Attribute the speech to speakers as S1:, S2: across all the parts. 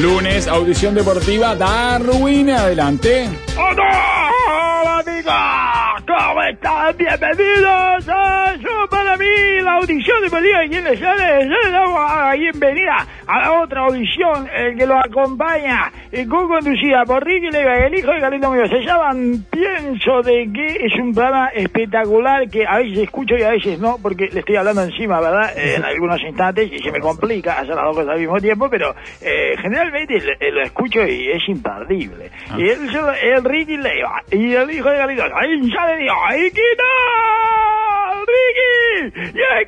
S1: Lunes, audición deportiva, Darwin, adelante.
S2: ¡Hola, amigos! ¿Cómo están? Bienvenidos a Yo para mí, la audición de Bolivia. Y les damos la bienvenida a la otra audición el que los acompaña, eh, con conducida por Ricky Lega, el hijo de Carlito Mío. Se llaman Pienso de que es un programa espectacular que a veces escucho y a veces no, porque le estoy hablando encima, ¿verdad? Eh, en algunos instantes y se me complica hacer las dos cosas al mismo tiempo, pero eh, generalmente le- eh, lo escucho y es imperdible. Y él, se- el Ricky Leiva y el hijo de Carlito, ahí ya le digo, ¡ay, quita! ¡Ricky! ¡Y el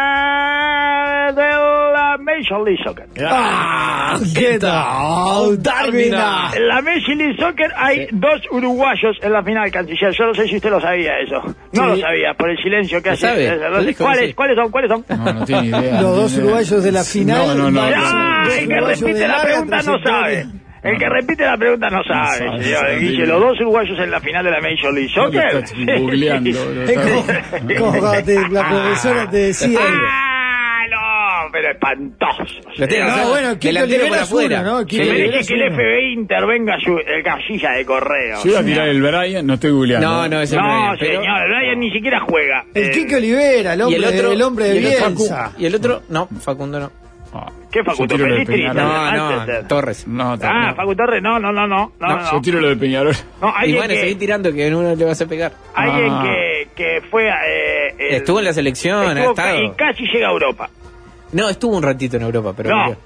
S2: canciller! De la Major League Soccer.
S3: Ah, ¿Qué tal, Darwina?
S2: En la Messi League Soccer hay dos uruguayos en la final, Canciller. Yo no sé si usted lo sabía eso. No
S3: Sí.
S2: lo sabía, por el silencio que
S3: Lo
S2: hace.
S3: sabe,
S2: Eh,
S3: lo dijo,
S2: ¿Cuáles,
S3: sí.
S2: ¿Cuáles son? ¿Cuáles son?
S1: No, no tiene idea.
S3: Los dos uruguayos de la final.
S1: No, no, no.
S3: Ay,
S2: ¡Ay, el que
S3: Uruguayo
S2: repite
S3: de
S2: la
S3: larga
S2: pregunta no sabe!
S3: trayectoria.
S2: El que repite la pregunta no sabe,
S1: sabe,
S2: señor.
S1: sabe.
S2: Guille, los dos uruguayos en la final de la Major League Soccer.
S1: Estás googleando, lo
S3: Es
S1: sabes.
S3: como- como cuando te-
S4: Ah.
S3: la profesora te decía.
S2: ¡Ah, no! Pero espantoso.
S4: Lo tiene que
S3: No,
S4: hacer
S3: bueno, Quito
S4: delantero por
S3: Rivera es uno,
S4: afuera.
S3: ¿no?
S2: Se
S3: Quito Rivera
S2: merece
S3: es
S2: que el
S3: uno.
S2: FBI intervenga su eh, casilla de correo.
S1: Yo iba a tirar el Brian, no estoy googleando.
S4: No, no, ese
S2: No,
S4: Brian, pero-
S2: señor, el Brian ni siquiera juega.
S3: El
S2: Eh,
S3: Kike Olivera, el
S4: Y
S3: hombre,
S4: el
S3: de-
S4: otro,
S3: el hombre de
S4: y el otro
S3: Bielsa.
S4: Facu- y el otro, no, Facundo no.
S1: Ah,
S2: ¿Qué
S1: Yo
S2: Facundo?
S1: tiro lo de
S2: Pelistri,
S1: Peñarol.
S4: No,
S2: Manchester.
S4: no, Torres.
S1: No,
S2: Ah,
S1: tampoco.
S2: Facu Torres, no, no, no, no. No, no,
S1: Yo tiro lo de Peñarol.
S2: No,
S4: Y
S2: alguien,
S4: bueno, seguí
S2: que,
S4: tirando que en uno le vas a pegar.
S2: alguien
S1: Ah.
S2: que, que fue. eh, el-
S4: Estuvo en la selección, ha
S2: estuvo ca- y
S4: estado.
S2: casi llega a Europa.
S4: No, estuvo un ratito en Europa, pero
S2: No.
S4: murió.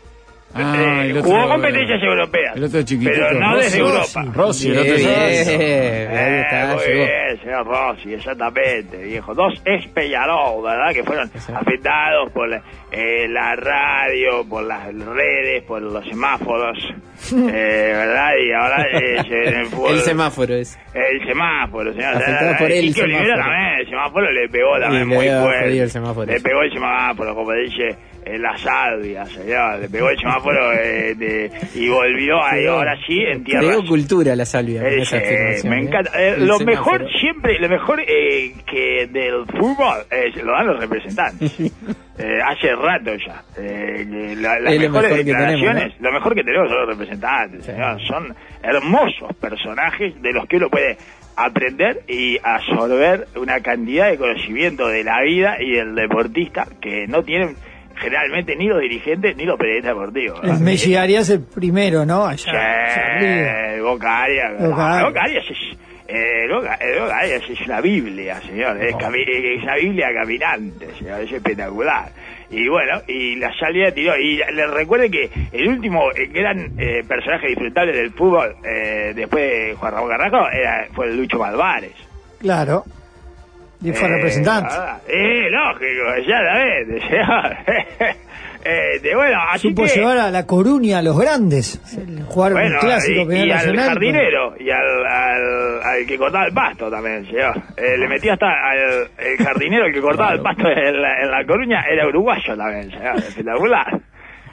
S1: Ah,
S2: Eh,
S1: el otro-
S2: jugó competencias europeas.
S1: El otro chiquitito.
S2: Pero no
S1: Rossi.
S2: desde
S3: Rossi.
S2: Europa.
S1: Rossi, el otro
S4: Bien,
S1: chiquitito.
S4: ahí está,
S2: Eh, muy
S4: llegó.
S2: bien, señor Rossi, exactamente, viejo. Dos ex Peñarol, ¿verdad? Que fueron afectados por la, eh, la radio, por las redes, por los semáforos, eh, ¿verdad? Y ahora eh, se- en el fútbol-
S4: El semáforo es.
S2: El semáforo, señor.
S4: Afectado
S2: Eh,
S4: por el
S2: y que Olivera
S4: semáforo.
S2: también, el semáforo le pegó también
S4: Y le
S2: muy
S4: ha
S2: fuerte.
S4: jodido el semáforo.
S2: Le pegó el semáforo, como dice eh, la salvia, señor. Le pegó el semáforo eh, de- y volvió a
S4: Creo-
S2: ahora sí en tierra.
S4: Creó cultura la salvia. con
S2: Eh,
S4: esa
S2: eh,
S4: afirmación,
S2: me
S4: ¿eh?
S2: encanta. Eh,
S4: El
S2: lo
S4: semáforo.
S2: mejor siempre, lo mejor eh, que del fútbol eh, se lo dan los representantes. Eh, hace rato ya. Eh, eh, la- las
S4: Es lo
S2: mejores
S4: mejor que
S2: declaraciones,
S4: tenemos,
S2: lo mejor que tenemos son los representantes.
S4: Sí.
S2: señor. Son hermosos personajes de los que uno puede aprender y absorber una cantidad de conocimiento de la vida y del deportista que no tienen generalmente ni los dirigentes ni los periodistas deportivos.
S3: El
S4: Ah,
S2: ¿verdad?
S3: Messi Arias el primero, ¿no? Allá. Charlie.
S2: Sí, Boca Arias.
S3: Boca Arias.
S2: Boca Arias es, eh, Boca, eh, Boca Arias es una Biblia, señor.
S3: Oh.
S2: Es, cami- es una Biblia caminante, señor. Es espectacular. Y bueno, y la salida tiró. Y les recuerde que el último eh, gran eh, personaje disfrutable del fútbol, eh, después de Juan Ramón Carrasco, era, fue Lucho Malvares.
S3: Claro. Y fue
S2: Eh,
S3: representante.
S2: ah, Eh, lógico, ya la ves, señor. Eh, de, bueno, así
S3: Supo
S2: que-
S3: llevar a la Coruña a los grandes. El- Jugaron
S2: Bueno,
S3: un clásico
S2: y,
S3: Primera
S2: y al
S3: Nacional.
S2: jardinero y al, al, al que cortaba el pasto también, señor. Eh, le metí hasta al el jardinero el que cortaba el pasto en la, en La Coruña, era uruguayo también, señor, espectacular.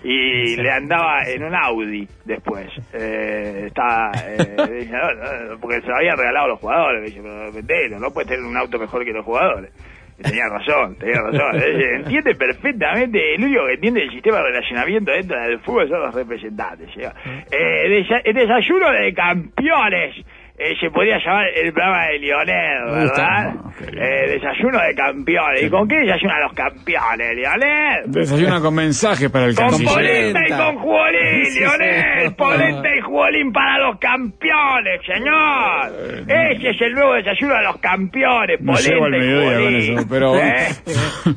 S2: Y le andaba en un Audi después. Eh, estaba, eh, dije, no, no, porque se lo habían regalado los jugadores. Me dice, pero vendelo, no puedes tener un auto mejor que los jugadores. Y tenía razón, tenía razón. Es decir, Entiende perfectamente, el único que entiende el sistema de relacionamiento dentro del fútbol son los representantes. ¿sí? Eh, desa- el desayuno de campeones. eh, se podría llamar el programa de Lionel,
S1: Me gusta.
S2: ¿verdad?
S1: Ah, qué bien.
S2: Eh, desayuno de campeones. ¿Y con qué desayunan los campeones, Lionel?
S1: Desayuna con mensajes para el
S2: Con
S1: canciller.
S2: Polenta y con Juolín, Lionel. Polenta y Juolín para los campeones, señor.
S1: Eh,
S2: Ese es el nuevo desayuno de los campeones.
S1: No
S2: Polenta
S1: llego al
S2: y
S1: mediodía con
S2: Juolín. ¿Eh?
S1: eso, pero-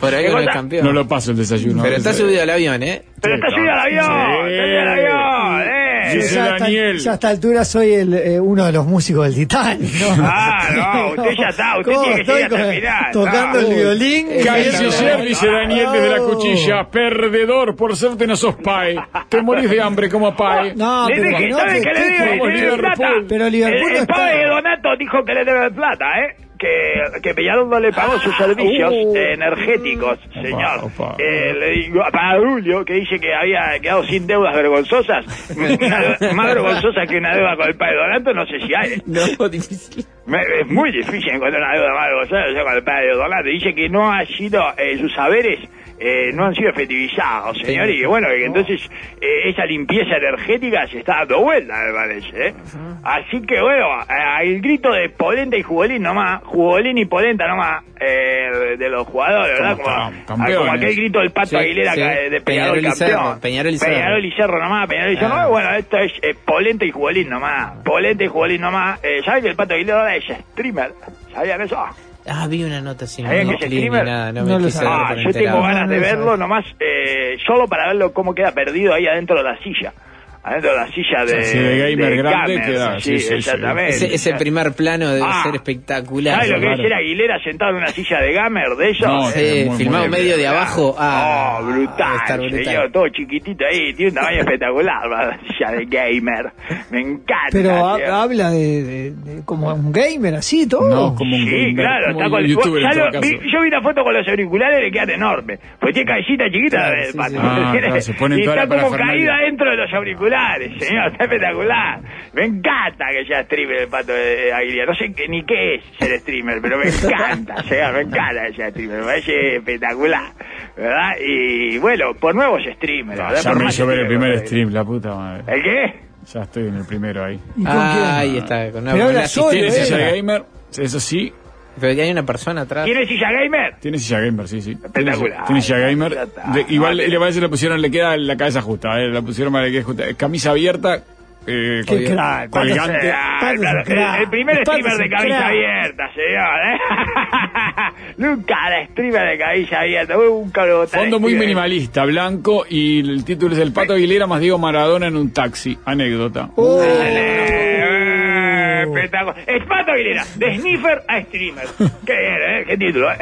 S4: Por ahí
S2: ¿Qué
S4: con el
S2: cosa?
S4: campeón.
S1: No lo paso el desayuno.
S4: Pero está
S1: Ese-
S4: subido al avión, ¿eh?
S2: Pero está subido al avión, está subido al avión, eh.
S1: Sí,
S3: Yo
S1: sí,
S3: ya, a esta-
S1: Daniel.
S3: ya a esta altura soy el, eh, uno de los músicos del Titanic. ¿no?
S2: Ah, no, usted ya está, usted
S3: ¿Cómo
S2: tiene que seguir
S3: estoy
S2: hasta
S3: con-
S2: el final,
S3: Tocando
S2: no.
S3: el violín.
S1: Canciller, dice Daniel desde la
S3: Oh.
S1: cuchilla, perdedor, por suerte no sos pae. Te morís de hambre como pae.
S3: No,
S2: Le
S3: pero
S2: dije,
S3: no
S2: ¿sabe qué le
S3: festejo.
S2: debe?
S1: Vamos,
S2: Le debe plata.
S1: Liverpool.
S3: Pero
S2: el,
S3: Liverpool
S2: el
S3: no está.
S2: padre de Donato dijo que le debe plata, ¿eh? Que, que Peñarol no le pagó
S3: Ah,
S2: sus servicios
S3: uh.
S2: eh, energéticos, señor.
S1: opa.
S2: Eh, le digo para Julio, que dice que había quedado sin deudas vergonzosas, Una deuda- más vergonzosa que una deuda con el padre de Donato, no sé si hay. eh.
S4: No, difícil.
S2: Me- Es muy difícil encontrar una deuda más vergonzosa con el padre de Donato. Dice que no ha sido eh, sus saberes eh, no han sido efectivizados, señor. Y bueno, que entonces eh, esa limpieza energética se está dando vuelta, me parece. ¿eh? Así que bueno, a- al grito de polenta y jugolín nomás, jugolín y polenta nomás, eh, de los jugadores, ¿verdad?
S1: Como
S2: Como,
S1: cam- campeones.
S2: ah, como aquel grito del Pato
S4: Sí,
S2: Aguilera
S4: sí.
S2: acá de, de Peñarol,
S4: Peñarol y Cerro,
S2: campeón.
S4: Peñarol y Cerro.
S2: Peñarol y Cerro nomás, Peñarol y Cerro.
S4: Ah.
S2: Bueno, esto es eh, polenta y jugolín nomás, polenta y jugolín nomás. Eh, ¿Saben que el Pato Aguilera ahora es streamer? ¿Sabían eso?
S4: Ah, vi una nota sin
S2: ¿Sabían
S4: ningún
S2: que ese
S4: clip ni
S2: streamer?
S4: nada. No,
S3: No
S4: me
S3: lo
S4: quise
S3: sabe.
S4: dar
S2: Ah,
S4: por
S2: yo tengo
S4: enterado.
S2: ganas de
S3: No, no,
S2: verlo
S3: sabe.
S2: nomás eh, solo para verlo cómo queda perdido ahí adentro de la silla. Adentro de la silla de.
S1: Sí, de gamer grande
S2: Gamers,
S1: queda,
S2: Sí,
S1: sí, sí, sí.
S2: exactamente.
S4: Ese, ese primer plano debe
S2: Ah.
S4: ser espectacular.
S2: ¿Sabes lo que es
S1: claro.
S2: ser Aguilera sentado en una silla de gamer de ellos?
S1: No,
S4: Sí,
S1: Eh, muy,
S4: filmado
S1: muy
S4: medio de abajo. Ah,
S2: oh, brutal,
S4: debe estar brutal.
S2: señor, todo chiquitito ahí, tiene un tamaño espectacular la silla de gamer. Me encanta.
S3: Pero ha-
S2: señor.
S3: habla de, de- de- como un gamer así, todo.
S1: No, como un
S2: Sí,
S1: gamer,
S2: claro,
S1: como
S2: está
S1: un
S2: con
S1: youtuber
S2: ya
S1: en todo
S2: lo-
S1: caso.
S2: vi- Yo vi una foto con los auriculares, le quedan enormes. Pues tiene cabecita chiquita,
S4: Claro,
S2: eh,
S4: sí,
S2: Pato.
S4: sí.
S1: Ah, claro, se pone
S2: y
S1: toda
S2: está
S1: la
S2: como
S1: parafernalia.
S2: caída dentro de los auriculares, señor, está espectacular. Me encanta que sea streamer el pato de Aguilera. No sé qué- ni qué es ser streamer, pero me encanta, señor, me encanta que sea streamer, me parece espectacular. ¿Verdad? Y bueno, por nuevos streamers.
S1: Ah,
S2: ¿verdad?
S1: ya
S2: Por
S1: me
S2: más
S1: hizo ver el
S2: streamers,
S1: primer
S2: ¿verdad?
S1: stream, la puta madre.
S2: ¿El qué?
S1: Ya estoy en el primero ahí.
S3: ¿Y con
S4: Ah,
S3: quién?
S4: ahí está, con una
S3: Pero
S4: con
S3: habla
S4: la
S3: solo,
S1: Tiene
S3: Hola,
S1: silla
S3: Eva.
S1: de gamer, eso sí.
S4: Pero que hay una persona atrás.
S2: ¿Quién es Silla Gamer?
S1: Tiene silla gamer, sí, sí. Tiene-
S2: Espectacular.
S1: Tiene silla gamer.
S2: Ya está.
S1: De- igual le parece que le pusieron, le queda la cabeza justa, eh, la pusieron para que quede justa. Eh, Camisa abierta, eh,
S3: Qué
S1: colga-
S3: crack, cuánto
S1: colgante.
S2: Ah,
S3: Pato es
S2: claro,
S3: un crack.
S2: el- El primer
S3: Pato
S2: streamer
S3: es
S2: de
S3: un
S2: cabeza
S3: crack.
S2: abierta, señor. ¿eh? Nunca la streamer de cabeza abierta. Nunca lo boté.
S1: Fondo muy minimalista, blanco, y el título es El Pato Aguilera más Diego Maradona en un taxi. Anécdota.
S3: Oh,
S2: Eh, espectacular. Es Pato Aguilera, de sniffer a streamer. Qué bien, ¿eh? Qué título, ¿eh?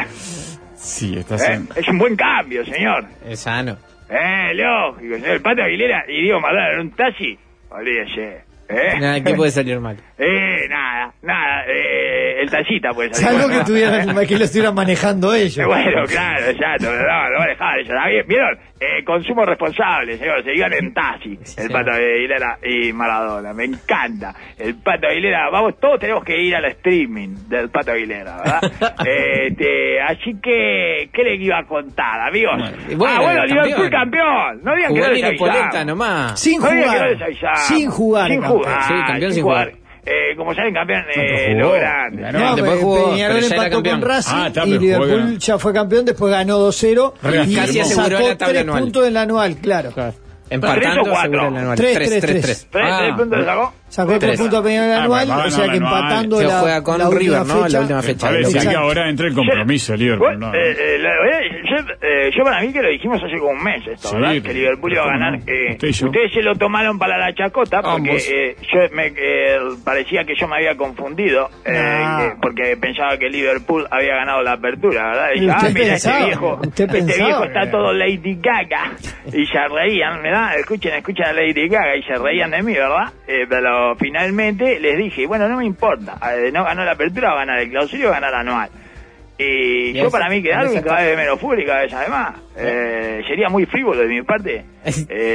S1: Sí, está
S2: ¿Eh?
S1: haciendo.
S2: Es un buen cambio, señor.
S4: Es sano.
S2: Eh, lógico, señor. El Pato Aguilera y Diego Maradona en un taxi. Olvídese. ¿Eh?
S4: Nada, ¿qué puede salir mal?
S2: Eh, nada, nada. Eh, el tacita, pues.
S3: Salvo que, tuvieran, que lo estuvieran manejando ellos.
S2: Bueno, claro, exacto, no, no va a dejar eso. ¿está bien? ¿Vieron? Eh, consumo responsable, señor, se iban en taxi. El
S4: Sí.
S2: pato Aguilera y Maradona, me encanta. El pato Aguilera, vamos, todos tenemos que ir al streaming del pato Aguilera, ¿verdad? este, así que, ¿qué les iba a contar, amigos?
S4: Y bueno,
S2: ah, bueno,
S4: campeón.
S2: Liverpool campeón. No digan que no les
S4: Juvenil en polenta
S2: avisamos.
S4: nomás.
S3: Sin
S2: No digan que no
S3: jugar.
S2: les avisamos.
S3: Sin jugar.
S2: Sin
S3: campeón.
S2: jugar.
S4: Sí, campeón sin jugar.
S2: Eh, como saben, campeón, eh,
S1: pero
S2: lo
S1: jugó,
S2: grande.
S1: ganó.
S3: No,
S4: Después
S3: porque
S4: jugó, pero
S3: Peñarol
S4: ya era
S3: empató
S4: campeón.
S3: con Racing
S1: Ah, está,
S3: y
S1: pero jugó,
S3: Liverpool
S1: ganó.
S3: ya fue campeón, después ganó 2-0 y
S1: Reafirmó. Casi
S4: aseguró
S3: sacó
S4: la tabla
S3: tres
S4: anual.
S3: puntos en la anual, claro.
S2: ¿Tres o
S4: Empatando
S2: cuatro?
S4: asegura el anual.
S3: Tres,
S4: 3,
S3: tres,
S4: 3,
S3: tres.
S4: 3.
S2: ¿Tres, tres puntos le sacó?
S3: Sacó tres
S4: Ah. Tres.
S3: puntos a Peñarol en la
S1: Ah,
S3: anual,
S1: bueno,
S3: o sea
S1: no,
S3: que
S1: no,
S3: empatando
S4: Se
S3: la,
S4: juega con
S3: la última
S4: River, ¿no? La
S3: fecha.
S4: última fecha.
S1: Parece
S3: Exacto.
S1: que ahora entra el compromiso, Liverpool.
S2: Bueno,
S1: ¿no?
S2: eh, eh, la- eh, yo, eh, yo para mí que lo dijimos hace como un mes esto,
S1: Sí,
S2: ¿verdad?
S1: pero-
S2: Que Liverpool iba a
S1: pero
S2: ganar.
S1: ¿cómo no?
S2: eh,
S1: Usted y yo.
S2: ustedes se lo tomaron para la chacota porque
S1: Ambos.
S2: eh, yo me eh, parecía que yo me había confundido eh,
S3: No.
S2: que- porque pensaba que Liverpool había ganado la apertura, ¿verdad? Y
S3: Y
S2: yo, ah,
S3: usted
S2: mira, este
S3: pensaba,
S2: viejo,
S3: usted
S2: este
S3: pensaba.
S2: viejo está todo Lady Gaga. Y se reían, ¿verdad? Escuchen, escuchen a Lady Gaga y se reían de mí, ¿verdad? Eh, pero finalmente les dije, bueno, no me importa, eh, no ganó la apertura, va a ganar el clausurio, va a ganar anual. Y,
S4: Y
S2: yo
S4: esa-
S2: para mí que
S4: con
S2: Darwin
S4: esa
S2: cada vez menos fútbol y cada vez además. Eh, sería muy frívolo de mi parte eh,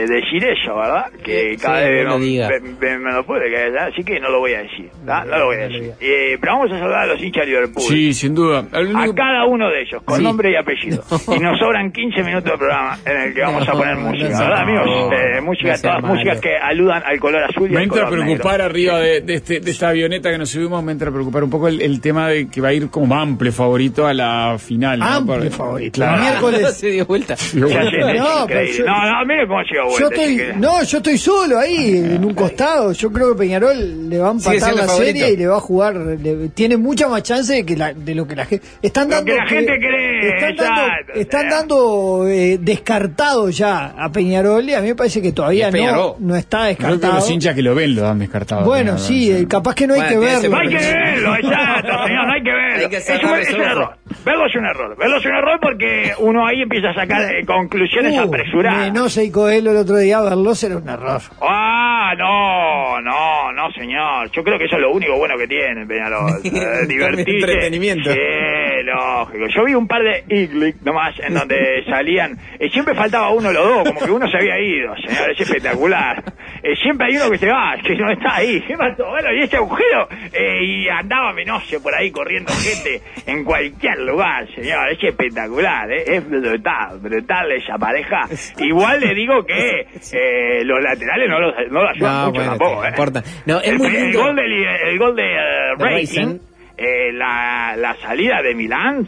S2: decir eso, ¿verdad? Que
S4: Sí,
S2: cada
S4: no
S2: vez
S4: lo
S2: menos,
S4: diga.
S2: ve- ve- menos fútbol, y cada vez- así que no lo voy a decir. ¿verdad? No lo voy a
S4: no lo
S2: decir. Eh, pero vamos a saludar a los hinchas de Liverpool.
S1: Sí, sin duda. Al
S2: A
S1: único-
S2: cada uno de ellos, con nombre y apellido. Y nos sobran 15 minutos de programa en el que vamos a
S4: No,
S2: poner
S4: no
S2: música,
S4: sea
S2: ¿verdad,
S1: malo.
S2: amigos? Eh, música,
S4: No sea
S2: todas
S4: malo.
S2: músicas que aludan al color azul y
S1: Me
S2: al
S1: entra a
S2: color negro.
S1: preocupar arriba de, de este- de esta avioneta que nos subimos, me entra a preocupar un poco el, el tema de que va a ir como amplio favorito a la final. ¿no?
S3: Amplio
S1: Por-
S3: favorito.
S1: Claro.
S4: No
S3: Miércoles.
S4: se dio vuelta.
S1: Sí, bueno.
S2: Ya sé, es
S3: No,
S2: increíble.
S3: pero yo-
S2: no, no, mire cómo llegó
S3: Yo
S2: vuelta. Ah,
S3: estoy,
S2: chiquilines.
S3: no, yo estoy solo ahí, en un costado. Yo creo que Peñarol le va a
S4: Sigue
S3: empatar
S4: siendo
S3: la
S4: favorito.
S3: serie y le va a jugar. le- tiene mucha más chance de, que la- de lo que la gente. Están
S2: Lo
S3: dando.
S2: que la gente cree,
S3: Están dando,
S2: exacto,
S3: están
S2: o sea.
S3: dando, eh, descartado ya a Peñarol y a mí me parece que
S4: Y
S3: todavía
S4: es Peñarol.
S3: no, no está
S1: Creo que
S3: descartado.
S1: los hinchas que lo ven lo han descartado.
S3: Bueno,
S1: ¿no?
S3: sí, eh, capaz que no hay
S4: Ah, Bueno,
S3: que
S4: tiene ese
S3: verlo.
S2: No hay que verlo, exacto, señor, no hay que verlo.
S4: Hay que
S2: es, un,
S4: cerrar
S2: es
S4: los
S2: un
S4: ojos.
S2: error. Verlo es un error. Verlo es un error porque uno ahí empieza a sacar eh, conclusiones
S3: Uh,
S2: apresuradas.
S3: Menosa y Coelho el otro día verlos era un error.
S2: Ah, no, no, no, señor. Yo creo que eso es lo único bueno que tiene, Peñarol. Eh,
S4: También
S2: divertirse.
S4: entretenimiento.
S2: Sí, Eh, lógico. Yo vi un par de Iglic nomás en donde salían. eh, siempre faltaba uno o los dos, como que uno se había ido, señor. Es espectacular. Eh, siempre hay uno que se va, que no está ahí. Se mató. Bueno, y ese agujero, eh, y andaba Menose por ahí corriendo gente en cualquier lugar, señor. Es espectacular, eh. es brutal, brutal esa pareja. Igual le digo que eh, los laterales no los, no los ayudan
S4: No,
S2: mucho
S4: bueno,
S2: tampoco,
S4: no
S2: eh.
S4: importa. No, es
S2: el,
S4: muy
S2: el
S4: lindo.
S2: gol del- el gol de eh,
S4: De
S2: Racing,
S4: Racing.
S2: eh, la, la salida de Milán,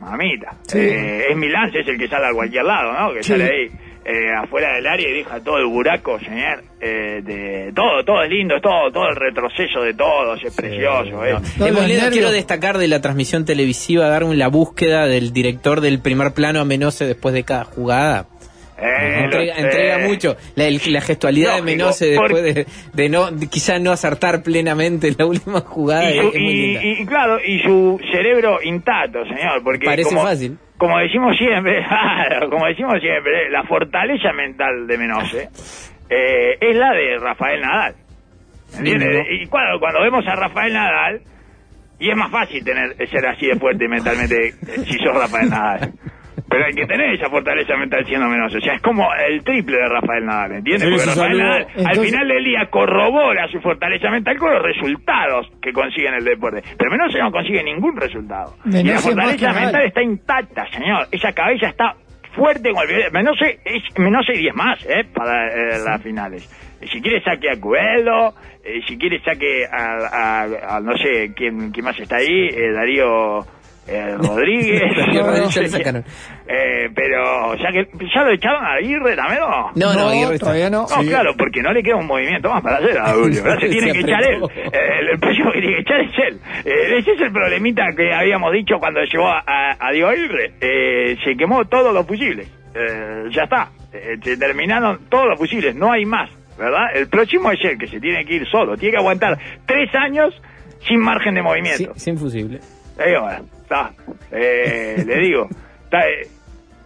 S2: mamita.
S3: Sí.
S2: Eh, es Milán, es el que sale a cualquier lado, ¿no? Que
S3: Sí.
S2: sale ahí eh, afuera del área y deja todo el buraco, señor. Eh, de, todo, todo es lindo, es todo, todo el retroceso de todos es precioso. Eh.
S4: No.
S3: No,
S4: Eh,
S3: los
S4: Moledo,
S3: nervios.
S4: quiero destacar de la transmisión televisiva, dar un- la búsqueda del director del primer plano a Menose después de cada jugada.
S2: Eh,
S4: entrega,
S2: los, eh,
S4: entrega mucho. La, el- la gestualidad de
S2: Lógico,
S4: Menose
S2: porque-
S4: después de, de no de quizá no acertar plenamente en la última jugada
S2: y,
S4: es,
S2: su-
S4: es muy
S2: y-
S4: linda.
S2: y- y claro, y su cerebro intacto, señor, porque
S4: Parece
S2: como,
S4: fácil.
S2: Como decimos siempre, claro, como decimos siempre, eh, la fortaleza mental de Menose eh, es la de Rafael Nadal. ¿Entiendes? Y cuando, cuando vemos a Rafael Nadal, y es más fácil tener ser así de fuerte mentalmente eh, si sos Rafael Nadal. Pero hay que tener esa fortaleza mental siendo Menose. O sea, es como el triple de Rafael Nadal, ¿entiendes?
S1: Sí,
S2: Porque
S1: sí,
S2: Rafael
S1: saludo.
S2: Nadal, al
S3: Entonces-
S2: final del día corrobora su fortaleza mental con los resultados que consigue en el deporte. Pero Menose no consigue ningún resultado.
S3: Menose
S2: y la
S3: es más que
S2: fortaleza
S3: Nadal.
S2: mental está intacta, señor. Esa cabeza está fuerte con el video. Menose es Menose 10 más, ¿eh? Para eh, las finales. Eh, Si quiere saque a Cuello, eh, si quiere saque a, a- a- no sé quién, quién más está ahí, eh, Darío eh, Rodríguez.
S4: Darío Rodríguez ya
S2: sé
S4: lo sacaron.
S2: quién. Eh, pero ya que ya lo echaron a Aguirre también. No,
S4: No, no, Aguirre está.
S3: todavía no.
S2: No, claro, porque no le queda un movimiento más para hacer a Julio. Se tiene
S4: Se
S2: que echar él.
S4: apretó.
S2: Eh, El, próximo que tiene que echar es él. Eh, ese es el problemita que habíamos dicho cuando llegó a, a, a Diego Aguirre. Eh, se quemó todos los fusibles. Eh, ya está. Eh, se terminaron todos los fusibles. No hay más, ¿verdad? El próximo es él, que se tiene que ir solo. Tiene que aguantar tres años sin margen de
S4: Sí,
S2: movimiento.
S4: sin fusible.
S2: Le digo, bueno, está, eh, le digo, está, eh,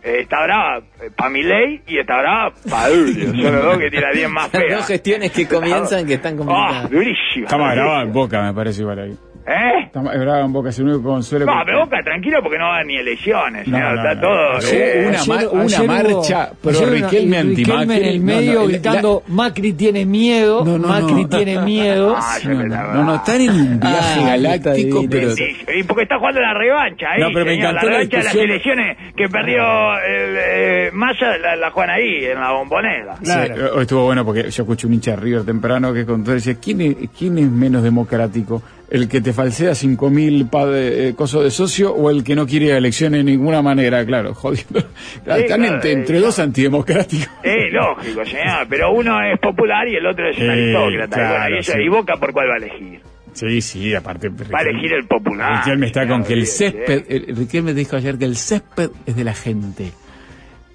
S2: eh, está brava para Milei y está brava para Dulio. Son los dos que tiran 10 más
S4: Las
S2: feas.
S4: dos gestiones que comienzan que están
S2: Ah,
S4: complicadas.
S2: durísima.
S1: Está más grabado en boca, me parece igual ahí.
S2: ¿Eh?
S1: Está más grabado en boca, es el único consuelo.
S2: No,
S1: que-
S2: pero Boca tranquilo porque no va ni elecciones,
S1: No,
S2: señor,
S1: no,
S2: está
S1: no.
S2: todo...
S1: Sí,
S2: eh,
S1: una ma- una marcha pro
S3: ayer
S1: Riquelme anti
S3: Riquelme en
S1: Macri.
S3: el
S1: No, no,
S3: medio
S1: la-
S3: gritando Macri tiene miedo,
S1: No, no,
S3: Macri
S1: no.
S3: tiene miedo.
S2: Ah, ya
S1: No,
S2: me la-
S1: no, no, no, están en un viaje
S4: Ah,
S1: galáctico,
S4: está
S1: pero.
S4: divino.
S2: Sí, y porque está jugando la revancha ahí,
S1: No, pero me
S2: señor,
S1: encantó
S2: la
S1: la
S2: revancha de las
S1: discusión.
S2: elecciones que perdió el, eh, Massa, la, la juegan ahí, en la bombonera.
S1: Sí, hoy estuvo bueno porque yo escuché un hincha de River temprano que contó, decía, ¿quién es, quién es menos democrático? ¿El que te falsea 5.000 pa- de, eh, cosos de socio o el que no quiere ir a elecciones de ninguna manera? Claro, jodiendo. Están
S2: claro,
S1: entre,
S2: eh,
S1: entre dos antidemocráticos.
S2: Eh, lógico, señor, pero uno es popular y el otro es un
S1: Eh,
S2: aristócrata.
S1: claro,
S2: y, bueno, y eso-
S1: sí.
S2: y Boca por cuál va a elegir.
S1: Sí, sí, aparte.
S2: Va a elegir el popular.
S1: Riquelme está con que el
S2: señor,
S1: césped,
S2: bien,
S1: el- Riquelme dijo ayer que el césped es de la gente.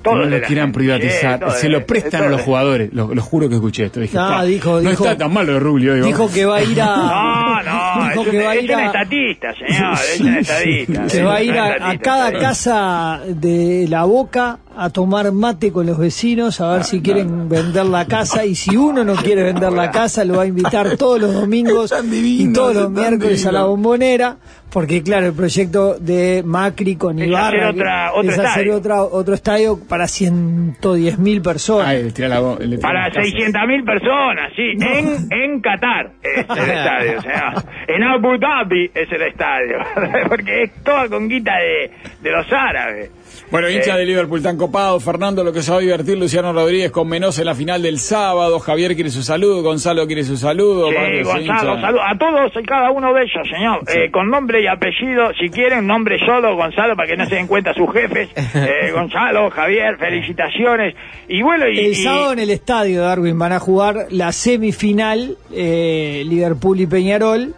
S2: Todo
S1: no
S2: de
S1: lo
S2: la
S1: quieran
S2: gente,
S1: privatizar,
S2: sí, todo
S1: se
S2: de-
S1: lo prestan a
S2: todo
S1: los
S2: de-
S1: jugadores. Lo, lo juro que escuché esto. Dije,
S3: No,
S1: "Pa,
S3: dijo-
S1: no
S3: dijo-
S1: está tan malo de Rubio. Digo.
S3: Dijo que va a ir a
S1: Ah.
S2: No, no,
S3: dijo
S2: es, un,
S3: que va a
S2: es
S3: ir
S2: un
S3: a
S2: estatista, señor, es un estatista.
S3: que
S2: es
S3: va a
S2: un
S3: ir a, a
S2: estatista,
S3: cada
S2: señor.
S3: casa de la boca a tomar mate con los vecinos a ver si quieren vender la casa y si uno no quiere vender la casa lo va a invitar todos los domingos
S1: Tan divino,
S3: y todos los
S1: tan
S3: miércoles a la
S1: divino.
S3: bombonera porque claro el proyecto de Macri con
S2: Es
S3: Ibarra
S2: hacer otra-
S3: que-
S2: otro
S3: es hacer
S2: estadio.
S3: otra- otro estadio para 110 mil
S1: Ah,
S3: personas
S1: le tira la bo- le tira
S2: Para
S1: la casa.
S2: 600.000 personas, sí, en, en Qatar es el estadio, señor. En Abu Dhabi es el estadio, porque es toda conquista de, de los árabes.
S1: Bueno, hinchas
S2: Eh.
S1: de Liverpool tan copado, Fernando lo que se va a divertir, Luciano Rodríguez con Menos en la final del sábado, Javier quiere su saludo, Gonzalo quiere su saludo.
S2: Sí,
S1: Pablo,
S2: Gonzalo,
S1: hincha.
S2: saludos a todos y cada uno de ellos, señor. Eh, con nombre y apellido, si quieren, nombre solo, Gonzalo, para que no se den cuenta sus jefes. Eh, Gonzalo, Javier, felicitaciones. Y bueno, y...
S3: El
S2: y-
S3: sábado en el estadio Darwin van a jugar la semifinal eh, Liverpool y Peñarol.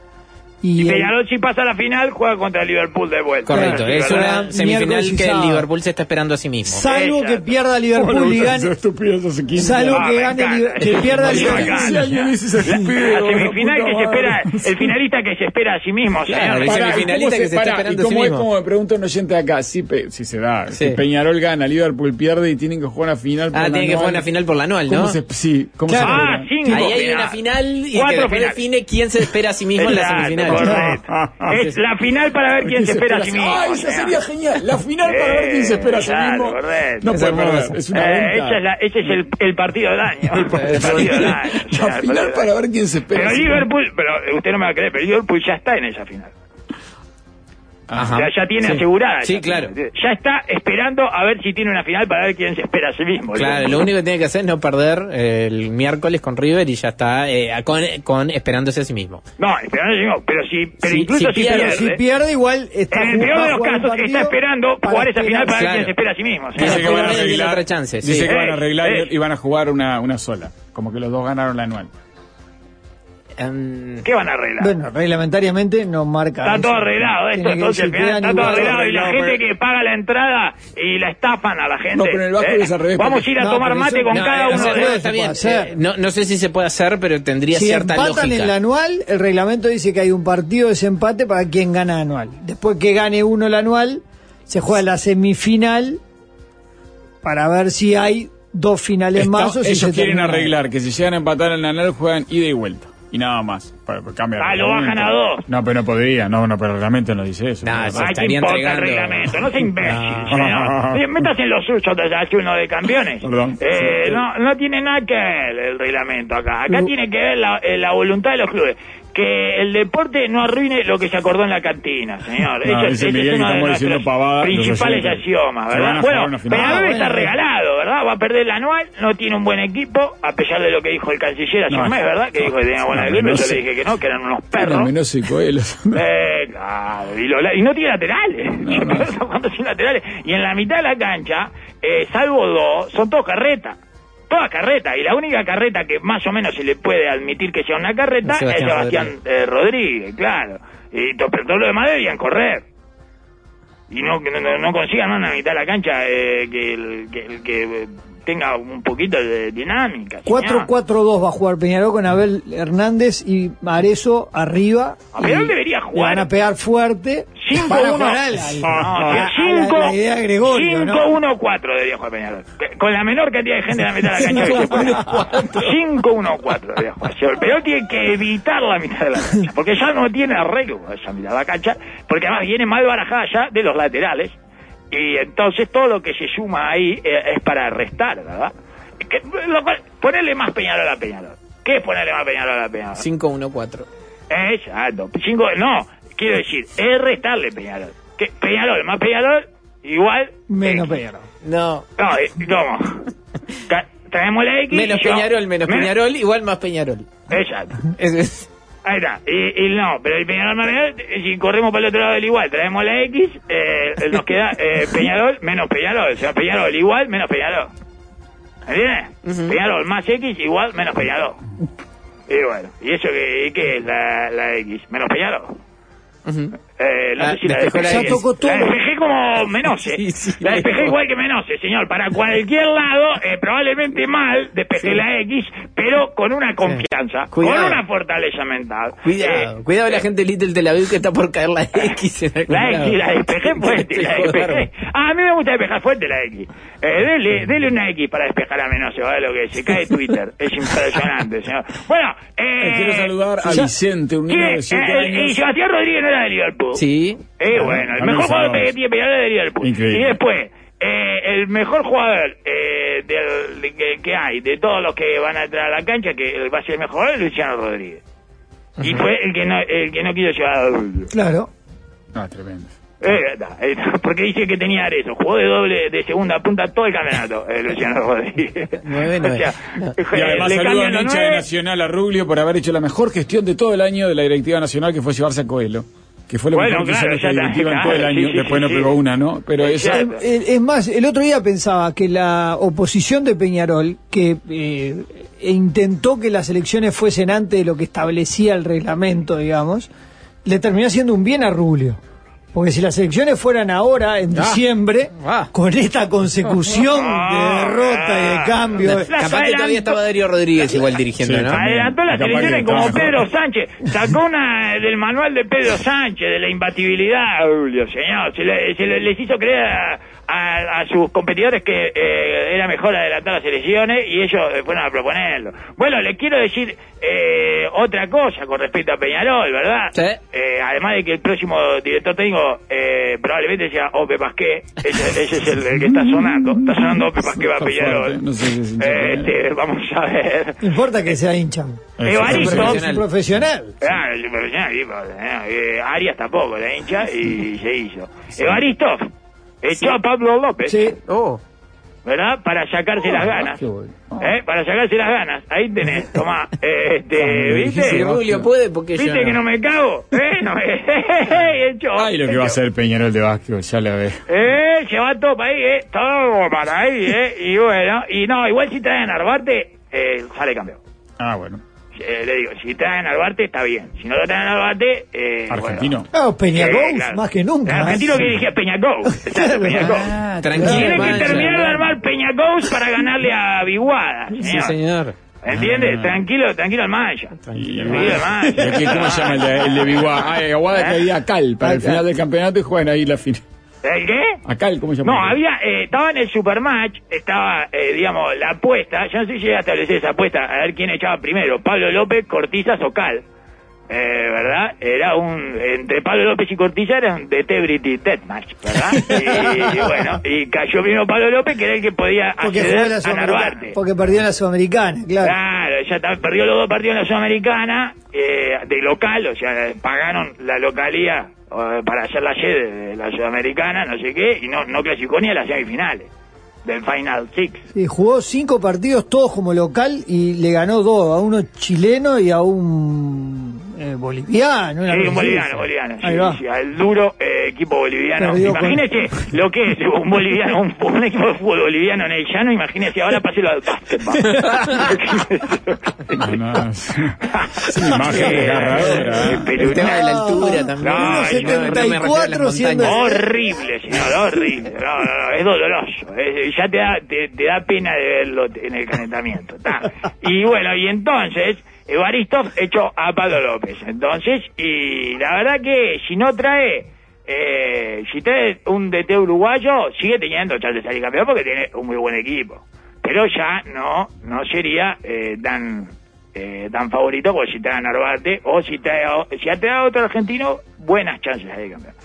S3: Y,
S2: y
S3: el-
S2: Peñarol, si pasa a la final, juega contra el Liverpool de vuelta.
S4: Correcto,
S2: Sí,
S4: es
S2: ¿verdad?
S4: una
S3: Miércoles
S4: semifinal
S3: y
S4: que el
S3: sábado.
S4: Liverpool se está esperando a sí mismo.
S3: salvo que
S2: Exacto.
S3: pierda
S1: Bueno,
S3: Liverpool y
S1: esas
S3: gane,
S1: estupideces hace 15
S3: salvo
S1: años.
S2: Ah,
S3: que
S2: me
S3: gane
S2: encanta.
S3: Liber- que pierda
S2: Me
S1: Hace
S2: encanta.
S3: Liverpool.
S1: 15 años dices así,
S2: La
S1: pero,
S2: semifinal
S1: puta
S2: que se espera,
S1: madre.
S2: el finalista que se espera a sí mismo,
S4: Claro,
S2: señor.
S4: el
S1: Ah, Pará, ¿y cómo
S4: semifinalista que se está
S1: pará,
S4: esperando
S1: ¿Y
S4: a sí
S1: cómo es
S4: mismo?
S1: como me pregunta un oyente acá? Si, pe- si se da,
S4: Sí.
S1: si Peñarol gana, Liverpool pierde y tienen que jugar una final. por
S4: Ah,
S1: la
S4: tiene que
S1: anual.
S4: jugar una final por la anual,
S1: ¿Cómo
S4: ¿no?
S1: se, sí, ¿cómo
S3: Claro.
S1: se
S2: Ah,
S1: juega?
S2: cinco
S4: Ahí hay
S2: finales.
S4: una final y que
S2: Cuatro
S4: después
S2: finales.
S4: define quién se espera a sí mismo en la
S2: Exacto,
S4: semifinal.
S2: Correcto. Es la final para ver quién se espera a sí mismo.
S1: Ah,
S2: o
S1: esa
S2: sea.
S1: sería genial. La final para ver quién se espera a sí
S2: Claro,
S1: mismo.
S2: correcto.
S1: No
S4: Es
S1: podemos
S4: hermoso.
S1: hablar, Es
S2: Eh,
S1: una venta.
S2: ese, es la- ese es el, el partido del año. El partido del año. O sea,
S1: La final
S2: el partido del
S1: para
S2: año.
S1: ver quién se espera.
S2: Pero
S1: a sí mismo.
S2: Liverpool, pero eh, usted no me va a creer, pero Liverpool ya está en esa final.
S4: Ajá.
S2: O sea, ya tiene
S4: Sí.
S2: asegurada.
S4: Sí,
S2: esa
S4: claro.
S2: final. Ya está esperando a ver si tiene una final para ver quién se espera a sí mismo.
S4: Claro, lo único que tiene que hacer es no perder eh, el miércoles con River y ya está eh, con, con esperándose a sí mismo.
S2: No, esperando a sí mismo, pero si, pero
S4: Si-
S2: incluso
S4: si
S2: si,
S4: pierde,
S2: pierde,
S3: Si pierde, igual está
S2: en el peor de los casos está esperando jugar esa final para ver
S4: Claro.
S2: quién se espera a sí mismo. O sea,
S1: Dice que
S4: Pero
S1: van a
S4: tiene
S1: arreglar.
S4: otra chance,
S1: Dice
S4: sí.
S1: que van a arreglar
S2: Eh, eh.
S1: y van a jugar una, una sola. Como que los dos ganaron la anual.
S4: Em,
S2: ¿Qué van a arreglar?
S3: Bueno, reglamentariamente no marca.
S2: Está
S3: eso.
S2: todo arreglado esto,
S3: ¿eh? Tiene que
S2: entonces
S3: decir,
S2: al final está
S3: quedan
S2: todo
S3: igual.
S2: arreglado y la
S1: arreglado,
S2: gente
S1: pero-
S2: que paga la entrada y la estafan a la gente. ¿eh?
S1: No, pero en el básquet es al revés,
S2: Vamos
S1: porque-
S2: a ir a
S3: No,
S2: tomar
S3: porque
S2: mate
S3: eso-
S2: con
S3: no,
S2: cada
S4: eh,
S3: no
S2: uno
S4: se
S3: se
S2: de
S4: puede,
S3: puede,
S4: está bien.
S3: hacer.
S4: eh, no, no sé si se puede hacer, pero tendría
S3: Si
S4: cierta
S3: empatan
S4: lógica.
S3: en la anual, el reglamento dice que hay un partido de desempate para quien gana anual. Después que gane uno el anual, se juega la semifinal para ver si hay dos finales
S1: Está-
S3: más o si
S1: ellos
S3: se
S1: quieren
S3: termina.
S1: arreglar que si llegan a empatar en la anual juegan ida y vuelta. Y nada más. Para, para cambiar
S2: Ah,
S1: el
S2: lo
S1: reglamento.
S2: bajan a dos.
S1: No, pero no podría. No, no, pero el reglamento no dice eso.
S4: No,
S1: No,
S4: eso-
S1: no.
S2: Ay, ¿qué
S4: estaría
S2: importa
S4: entregando.
S2: el reglamento? No sea imbécil,
S1: Ah.
S4: No.
S2: señor. Oye, Métase en los suyos de hace uno de campeones.
S1: Perdón.
S2: Eh,
S1: Sí.
S2: no, no tiene nada que ver el reglamento acá. Acá
S3: No.
S2: tiene que ver la, eh, la voluntad de los clubes. Que el deporte no arruine lo que se acordó en la cantina, señor.
S1: No,
S2: Eso-
S1: dice
S2: eso es
S1: Miguel que
S2: uno de
S1: estamos
S2: nuestros
S1: diciendo pavadas,
S2: Principales
S1: los oyentes.
S2: axiomas,
S1: Se van a
S2: ¿verdad?
S1: jugar
S2: Bueno,
S1: una final.
S2: pero
S1: Ah,
S2: está
S3: bueno.
S2: regalado, ¿verdad? Va a perder el anual, no tiene un buen equipo, a pesar de lo que dijo el canciller hace
S1: No,
S2: un mes, ¿verdad? Que
S1: no,
S2: dijo que tenía buen
S1: no,
S2: equipo,
S1: no
S2: yo
S1: sé.
S2: le dije que no, que eran unos
S1: Tiene
S2: perros.
S1: menos secuelos.
S2: Eh, claro, y, los la- y no tiene laterales. Está jugando sin laterales. Y en la mitad de la cancha, eh, salvo dos, son todos carretas. Todas carretas. Y la única carreta que más o menos se le puede admitir que sea una carreta
S4: Sebastián
S2: es Sebastián eh, Rodríguez, claro. Y to- pero todos los demás deberían correr. Y no, no, no- no consigan ¿no? en la mitad de la cancha eh, que, el, que, el que, eh, tenga un poquito de dinámica. señor.
S3: 4-4-2 va a jugar Peñarol con Abel Hernández y Arezo arriba.
S2: A Peñarol
S3: Y
S2: debería
S3: le
S2: jugar.
S3: Van a pegar fuerte. Van a jugar al-
S2: 5-1.
S3: al-
S2: No,
S3: a- a la- la idea de Gregorio, ¿no?
S2: 5-1-4 debería jugar Peñarol. Que- Con la menor cantidad de gente en la mitad de la cancha que se pueda. 5-1-4 debería jugar. Peñarol. Peñarol tiene que evitar la mitad de la cancha. Porque ya no tiene arreglo esa mitad de la cancha. Porque además viene mal barajada ya de los laterales. Y entonces todo lo que se suma ahí eh, es para restar, ¿verdad? Que- lo cual- ponerle más Peñarol a Peñarol. ¿Qué es ponerle más Peñarol a Peñarol?
S4: 5-1-4.
S2: Exacto. Cinco, ah, no, quiero decir, es restarle Peñarol. Que Peñarol más Peñarol, igual.
S3: Menos
S2: X.
S3: Peñarol.
S4: No.
S2: No, eh, ¿cómo? Ca- Traemos la X.
S4: Menos
S2: y yo-
S4: Peñarol, menos
S2: Men-
S4: Peñarol, igual más Peñarol.
S2: Exacto.
S4: Es- es-
S2: Ahí está. Y, y no, pero el Peñarol más Peñarol, eh, si corremos para el otro lado del igual, traemos la X, eh, nos queda eh, Peñarol menos Peñarol. O sea, Peñarol igual menos Peñarol. ¿Entiendes? Peñarol más X igual menos Peñarol. Y bueno, ¿y eso qué, y qué es la, la X? Menos Peñarol.
S4: Ujú.
S2: Eh, no
S4: Ah,
S2: sé si la
S4: despejó
S2: despejé.
S4: la
S2: bien.
S3: Ya tocó todo.
S2: La despejé como Menose.
S4: Sí, sí,
S2: la despejé
S4: mejor.
S2: igual que Menose, señor. Para cualquier lado, eh, probablemente mal, despejé la X, pero con una confianza,
S4: Cuidado.
S2: con una fortaleza mental.
S4: Cuidado,
S2: Eh,
S4: cuidado la gente de Little Tel Aviv que está por caer la X en algún
S2: la X,
S4: lado.
S2: la despejé fuerte, la
S4: Te jodaron.
S2: despejé. Ah, a mí me gusta despejar fuerte la X. Eh, dele, dele una X para despejar a Menose, ¿vale? Lo que se cae Twitter. es impresionante, señor. Bueno, eh,
S1: Eh, quiero saludar a
S3: ya-
S1: Vicente, un niño
S2: ¿quién?
S1: de 7
S2: Eh, eh, y
S1: años.
S2: Sebastián Rodríguez no era de Liverpool.
S4: Sí.
S2: Eh, bueno, el
S1: También
S2: mejor jugador
S1: Sábados.
S2: que tiene Peñarol es de Liverpool.
S1: Increíble.
S2: Y después, eh, el mejor jugador eh, del- de- que, que hay, de todos los que van a entrar a la cancha, que va a ser el mejor es Luciano Rodríguez. Y fue el que no, el que no quiso llevar a Rodríguez.
S3: Claro.
S1: No, Ah, tremendo.
S2: Eh, da, eh, da, porque dice que tenía eso, jugó de doble de segunda punta todo el campeonato, eh, Luciano Rodríguez.
S4: Nueve, nueve.
S2: O sea, eh,
S4: No.
S1: Y además
S2: le
S1: saludo a
S2: cambian los
S1: hincha de
S2: nueve.
S1: Nacional, a Rubio, por haber hecho la mejor gestión de todo el año de la directiva nacional, que fue llevarse a Coelho. Que fue lo mejor
S2: Bueno,
S1: que hizo
S2: claro,
S1: nuestra
S2: ya está,
S1: directiva en
S2: claro,
S1: todo el año.
S2: sí, sí,
S1: Después
S2: sí, Pues
S1: no
S2: sí.
S1: pegó una, ¿no? Pero esa...
S2: Claro.
S3: Eh, Es más, el otro día pensaba que la oposición de Peñarol, que eh, intentó que las elecciones fuesen antes de lo que establecía el reglamento, digamos, le terminó haciendo un bien a Rubio. Porque si las elecciones fueran ahora, en
S4: Ah.
S3: diciembre,
S4: Ah.
S3: con esta consecución de
S2: Ah.
S3: derrota y de cambio,
S2: Las
S4: Capaz que
S2: adelantó.
S4: todavía estaba Darío Rodríguez igual dirigiendo,
S1: Sí,
S4: ¿no?
S1: también.
S2: Adelantó las
S1: Capaz que
S2: elecciones
S1: estaba
S2: como
S1: mejor.
S2: Pedro Sánchez. Sacó una del manual de Pedro Sánchez, de la imbatibilidad, Julio, señor. Se, le- se le- les hizo creer a, a- a sus competidores que eh, era mejor adelantar las elecciones y ellos eh, fueron a proponerlo. Bueno, le quiero decir eh, otra cosa con respecto a Peñarol, ¿verdad?
S4: Sí.
S2: Eh, además de que el próximo director técnico eh, probablemente sea Ope Pasqué, ese, ese es el, el que está sonando, está sonando Ope Pasqué va a
S1: Está
S2: pillar
S1: fuerte,
S2: hoy.
S1: no sé si es hincha
S2: Eh,
S1: Peñarol.
S2: este, vamos a ver.
S3: No importa que sea hincha.
S2: Evaristo.
S3: Pero es
S4: Profesional.
S3: un profesional.
S2: Ah, el profesional, sí, profesional. Eh, Arias tampoco, la hincha, y se hizo. Evaristo echó a Pablo López,
S3: Sí.
S4: Oh,
S2: ¿verdad? Para sacarse las
S1: Ah,
S2: ganas.
S1: qué bueno.
S2: ¿Eh? Para sacarse las ganas. Ahí tenés, tomá. Eh, este,
S1: dijiste,
S2: ¿Viste?
S4: si Rubio puede, porque yo
S2: ¿Viste que no me cago? ¿Eh? No me... hecho,
S1: Ay, lo que va a hacer Peñarol de básquet, ya la ve.
S2: Eh, se va todo para ahí, eh. Todo para ahí, eh. Y bueno, y no, igual si traen a Narvarte, eh, sale campeón.
S1: Ah, bueno.
S2: Eh, le digo, si traen a Narvarte, está bien. Si no lo traen a Narvarte, eh, bueno.
S1: Argentino.
S3: Ah, Peñagol,
S2: Eh, claro.
S3: más que nunca.
S2: El argentino que dirigía Peñacou. Exacto, Peñacou.
S3: Ah,
S4: Tranquilo,
S2: Tiene que
S4: vaya,
S2: terminar de
S4: vaya.
S2: armar Peñacous para ganarle a Biguada,
S4: sí,
S2: señor.
S4: señor.
S2: ¿Entiendes?
S3: Ah.
S2: Tranquilo, tranquilo al Maya.
S1: Y el-
S2: Tranquilo al
S1: ¿Y
S2: Maya.
S1: aquí ¿Cómo se llama el de, el de Biguá? Ah, eh, Aguada que había Cal para el final del campeonato y juegan ahí la final.
S2: ¿El qué?
S1: ¿A Cal cómo se llama?
S2: No, había, eh, estaba en el Supermatch, estaba, eh, digamos, la apuesta, yo no sé si llega a establecer esa apuesta, a ver quién echaba primero, Pablo López, Cortizas o Cal. Eh, ¿Verdad? Era un, entre Pablo López y Cortizas era un Detebrity Deathmatch, ¿verdad? Y, y bueno, y cayó primero Pablo López, que era el que podía
S3: Porque jugó en
S2: acceder
S3: la
S2: a
S3: Sudamericana.
S2: Narvarte.
S3: Porque perdió en la Sudamericana, claro.
S2: Claro, ya está- perdió los dos partidos en la Sudamericana, eh, de local, o sea, pagaron la localía eh, para hacer la sede de la Sudamericana, no sé qué, y no, no clasificó ni a las semifinales del Final Six.
S3: Sí, Eh, jugó cinco partidos, todos como local, y le ganó dos, a uno chileno y a un eh, boliviano. una
S2: Sí, un
S3: cosa así.
S2: boliviano, boliviano.
S3: Ahí va.
S2: Sí, sí, al duro eh, equipo boliviano.
S3: Perdió con-
S2: Imagínese lo que es un boliviano, un, un equipo de fútbol boliviano en el llano, imagínese ahora páselo al básquetbol.
S1: No, Ah, no, es es una imagen
S2: Eh, eh,
S1: desgarradora.
S4: El tema de la
S3: No.
S4: altura también.
S2: No,
S4: Ay, no, no me refiero a las
S3: 1,74 siendo-
S4: montañas.
S2: Horrible, señor, horrible. No, no, no, es doloroso. Es- ya te da, te, te da pena de verlo en el calentamiento. ta. Y bueno, y entonces, Evaristo echó a Pablo López. Entonces, y la verdad que si no trae, eh, si trae un DT uruguayo, sigue teniendo chance de salir campeón porque tiene un muy buen equipo. Pero ya no, no sería eh, tan eh, tan favorito como si trae a Narvarte o si trae a, si ha traído a otro argentino, buenas chances de salir campeón.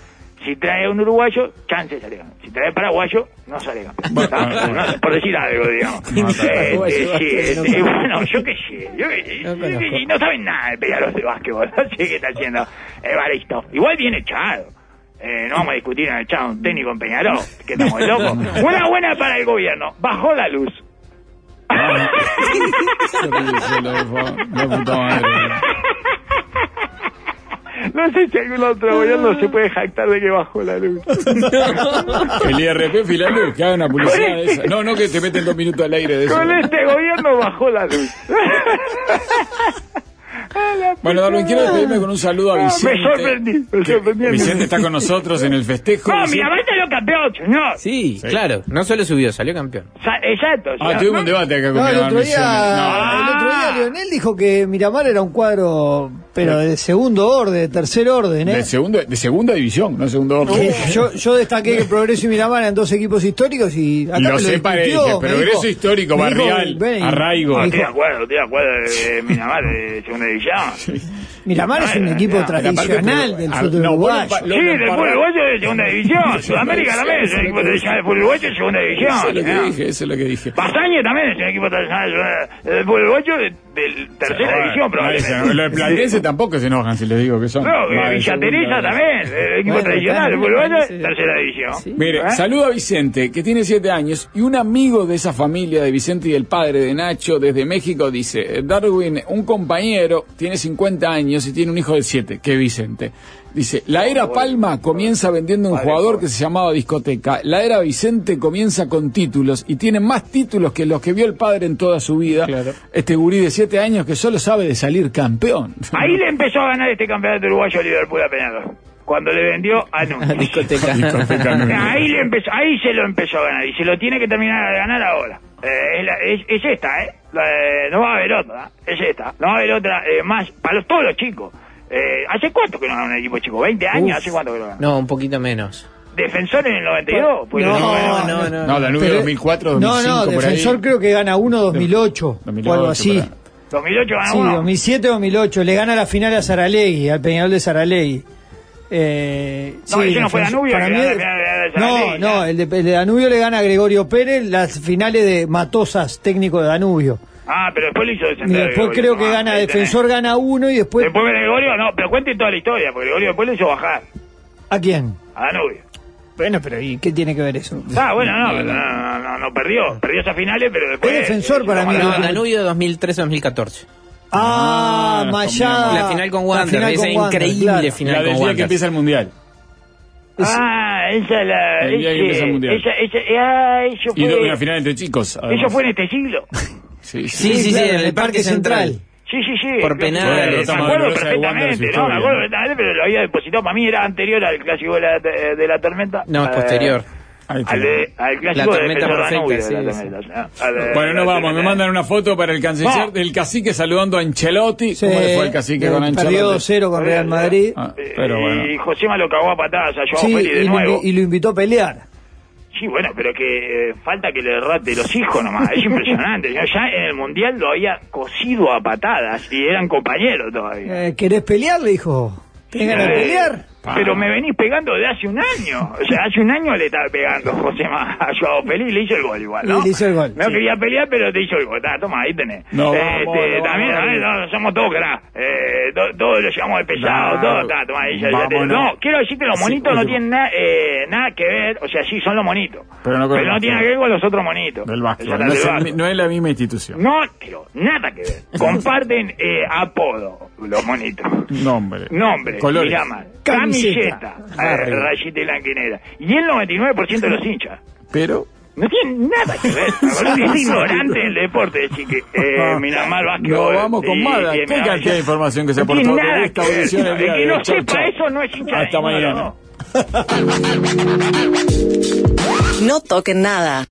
S2: Si trae un uruguayo, chances de salir campeón. Si trae paraguayo, no sale campeón.
S1: Bueno,
S2: No, por decir algo, digamos.
S1: No,
S2: Eh, eh,
S4: paraguayo,
S2: sí,
S4: no
S2: eh,
S4: conozco.
S2: bueno, yo qué sé. Yo qué sé.
S4: No
S2: yo qué sé,
S4: conozco.
S2: no saben nada de pegaros de básquetbol. No sé qué está haciendo eh, Evaristo. Igual viene echado. Eh, no vamos a discutir en el echado un técnico en Peñarol, que estamos locos. Una buena para el gobierno. Bajó la luz.
S1: Ah, Ridículo, por favor. La puta madre.
S2: No sé si algún otro gobierno se puede jactar de que bajó la luz.
S1: El IRP y la luz, que haga una publicidad de esa. No, no, que te meten dos minutos al aire de eso.
S2: Con este gobierno bajó la luz.
S1: Bueno, Darwin, quiero despedirme con un saludo a
S2: Ah. Me
S1: Vicente.
S2: sorprendí, me
S1: que-
S2: sorprendí.
S1: Vicente está con nosotros en el festejo.
S2: No, mi
S1: Vicente.
S2: mamá salió campeón, señor.
S4: Sí,
S1: Sí.
S4: claro. No solo subió, salió campeón.
S2: Sa- Exacto.
S1: Ah,
S2: señor.
S1: tuvimos
S2: No,
S1: un debate acá con
S3: No,
S1: mi
S3: el
S1: mamá
S3: otro, día,
S1: Vicente.
S2: No.
S3: el otro día Leonel dijo que Miramar era un cuadro, pero de segundo orden, de tercer orden,
S1: No,
S3: ¿eh?
S1: de, segundo, de segunda división, no segundo orden.
S3: Que Yo, yo destaqué que Progreso y Miramar eran dos equipos históricos y acá
S1: Lo
S3: me lo
S1: separé,
S3: discutió,
S1: dije,
S3: me
S1: Progreso
S3: dijo-
S1: histórico,
S3: me dijo,
S1: barrial,
S3: ven,
S1: arraigo.
S3: me
S2: no, estoy de
S3: dijo,
S2: acuerdo, estoy de acuerdo de Minamar de segunda división. Sí,
S3: Miramar es un
S2: Ay,
S3: equipo
S2: mira,
S1: aparte,
S3: tradicional
S1: pero-
S3: del
S1: ah,
S3: fútbol
S1: no, vos
S3: uruguayo.
S1: lo-
S2: del fútbol uruguayo de segunda división. Sudamérica también es un equipo tradicional de fútbol uruguayo de segunda
S1: Eso es lo que
S2: división. señor.
S1: dije, eso es lo que dije.
S2: Bastañe también es un equipo tradicional de- del fútbol uruguayo de, de tercera división, probablemente.
S1: Los platenses tampoco se enojan si les digo que son.
S2: No,
S1: más
S2: eh,
S1: de
S2: Villa
S1: segunda
S2: Teresa
S1: división.
S2: también, eh, equipo
S3: Bueno,
S2: tradicional,
S3: claro,
S2: Uruguayo,
S4: parece-
S2: tercera división.
S1: Mire,
S2: ¿Eh?
S1: saludo a Vicente, que tiene siete años, y un amigo de esa familia de Vicente y del padre de Nacho desde México dice, Darwin, un compañero, tiene 50 años y tiene un hijo de siete, que es Vicente. Dice, la era Palma comienza vendiendo un jugador que se llamaba discoteca, la era Vicente comienza con títulos y tiene más títulos que los que vio el padre en toda su vida.
S4: Claro.
S1: Este gurí de siete años que solo sabe de salir campeón.
S2: Ahí le empezó a ganar este campeonato uruguayo a Liverpool a Peñarol, cuando le vendió a
S4: La
S2: Núñez.
S4: discoteca.
S1: Discoteca no.
S2: Ahí, le empezó, ahí se lo empezó a ganar y se lo tiene que terminar de ganar ahora. Eh, es, la- es- es esta, ¿eh? La- eh, No va a haber otra, es esta. No va a haber otra eh, más para los- todos los chicos. Eh, ¿Hace cuánto que no gana un equipo chico? ¿20 años? ¿Hace cuánto que no gana?
S4: no, un poquito menos.
S2: ¿Defensor en el 92? Pues
S3: No,
S2: bueno.
S4: no, no.
S1: No, Danubio
S3: Pero-
S1: 2004,
S3: No,
S1: 2005,
S3: no,
S1: por
S3: Defensor
S1: ahí.
S3: creo que gana uno 2008, o algo
S1: 2008,
S3: así.
S1: por ahí.
S2: 2008 gana
S3: Sí,
S2: uno.
S3: 2007-2008, le gana la final a Saralegui, al Peñarol de Saralegui. Eh,
S2: No, ese no fue Danubio,
S3: para
S2: que
S3: mí
S2: era
S3: el-
S2: la final de esa
S3: no,
S2: liga.
S3: no, el de, el de Danubio le gana a Gregorio Pérez las finales de Matosas, técnico de Danubio.
S2: Ah, pero después lo hizo
S3: Y
S2: descender.
S3: después
S2: Gregorio.
S3: creo que
S2: Ah,
S3: gana
S2: ahí tenés.
S3: Defensor, gana uno y después...
S2: Después Gregorio, no, pero cuenten toda la historia, porque Gregorio después lo hizo bajar
S3: ¿A quién?
S2: a Danubio.
S3: Bueno, pero ¿y qué tiene que ver eso?
S2: Ah, bueno, no, pero no, no, no, no, perdió. Perdió esas finales, pero después. eh,
S3: Es defensor para mí,
S4: No,
S2: Bueno,
S4: Danubio 2013-2014.
S1: Ah,
S3: Ah,
S1: nos
S3: Mayada.
S1: combinamos.
S4: La final con
S3: La
S4: Wander.
S3: final
S4: Esa
S3: con Wander,
S4: increíble
S3: claro.
S4: final
S1: la
S4: con
S1: del día que
S4: Wander.
S1: empieza el mundial.
S2: Ah, esa es la.
S1: El día que
S2: ese-
S1: empieza el Mundial.
S2: Esa, esa, ah, eso
S1: Y
S2: fue.
S1: de- una final entre chicos. además.
S2: eso fue en este siglo.
S1: Sí, sí.
S4: Sí, sí, sí,
S3: claro,
S4: en el Parque Central.
S2: Sí, sí, sí.
S4: Por penales.
S2: Me
S4: Fue la derrota
S2: acuerdo
S1: más dolorosa de Wander en su
S2: perfectamente, no,
S1: historia,
S2: me acuerdo
S1: ¿no?
S2: perfectamente, pero lo había depositado. Para mí era anterior al clásico de la, de, de la tormenta.
S4: No, es
S2: Eh,
S4: posterior.
S1: Ahí está.
S2: Al, de- al clásico
S4: La
S2: de
S4: tormenta
S2: Defensor Danubio,
S4: perfecta,
S2: la
S4: sí, sí.
S2: tormenta, o sea, al-
S1: Bueno, no
S2: al-
S1: vamos, me
S2: al-
S1: mandan una foto para el canciller
S2: No.
S1: del cacique saludando a Ancelotti.
S3: Sí,
S1: ¿Cómo le fue el cacique
S3: que
S1: con Ancelotti?
S3: Perdió 2-0 con Real Madrid.
S1: Ah,
S2: Eh,
S1: pero
S2: Y
S1: bueno.
S2: Josema lo cagó a patadas a Joao
S3: Sí,
S2: Félix de
S3: y lo,
S2: nuevo.
S3: invi- y lo invitó a pelear.
S2: Sí, bueno, pero que eh, falta que le derrate los hijos nomás. Es impresionante. Yo ya en el Mundial lo había cosido a patadas y eran compañeros todavía.
S3: Eh, ¿Querés pelear? Le dijo. ¿Tenés ganas de
S2: Eh,
S3: pelear?
S2: Pero me venís pegando de hace un año. O sea, hace un año le estaba pegando José Ma- a Joao Félix y le hizo el gol igual, ¿no?
S3: Le hizo el gol,
S2: No
S3: sí.
S2: quería pelear, pero te hizo el gol. Tá, toma, ahí tenés.
S1: No,
S2: Este,
S1: vamos, no,
S2: también,
S1: vamos,
S2: a ver, no, somos todos crack. Eh, to- todos lo llamamos de pesado,
S1: No,
S2: todo, tá, toma, ahí ya- ya te-
S1: vámonos.
S2: No, quiero decir que los
S1: Sí,
S2: monitos no
S1: último.
S2: tienen na- eh, nada que ver. O sea, sí, son los monitos.
S1: Pero no con el
S2: tiene
S1: básquet.
S2: que ver con los otros monitos.
S1: Del
S2: O
S1: básquetbol.
S2: sea,
S1: No
S2: del
S1: es, el mi-
S2: básquet.
S1: no es la misma institución.
S2: No, pero nada que ver. Comparten eh, apodo, los monitos.
S1: Nombre.
S2: Nombre,
S1: Colores.
S2: llama,
S3: Camiseta.
S2: camiseta, eh, rayita y blanquinera. Y el 99% de los hinchas.
S1: Pero.
S2: No tienen nada que ver. Pablo, Es ignorante del deporte, decir que eh, Miramar Vázquez.
S1: No, vamos con más. ¿Qué cantidad de información que se aportó
S2: No tiene
S1: de
S2: nada
S1: esta
S2: que ver.
S1: audición el
S2: El
S1: día
S2: que
S1: de hoy?
S2: no
S1: Chau,
S2: sepa
S1: chau.
S2: eso no es hincha. de
S1: Hasta
S2: ninguno,
S1: mañana.
S2: no.
S5: No toquen nada.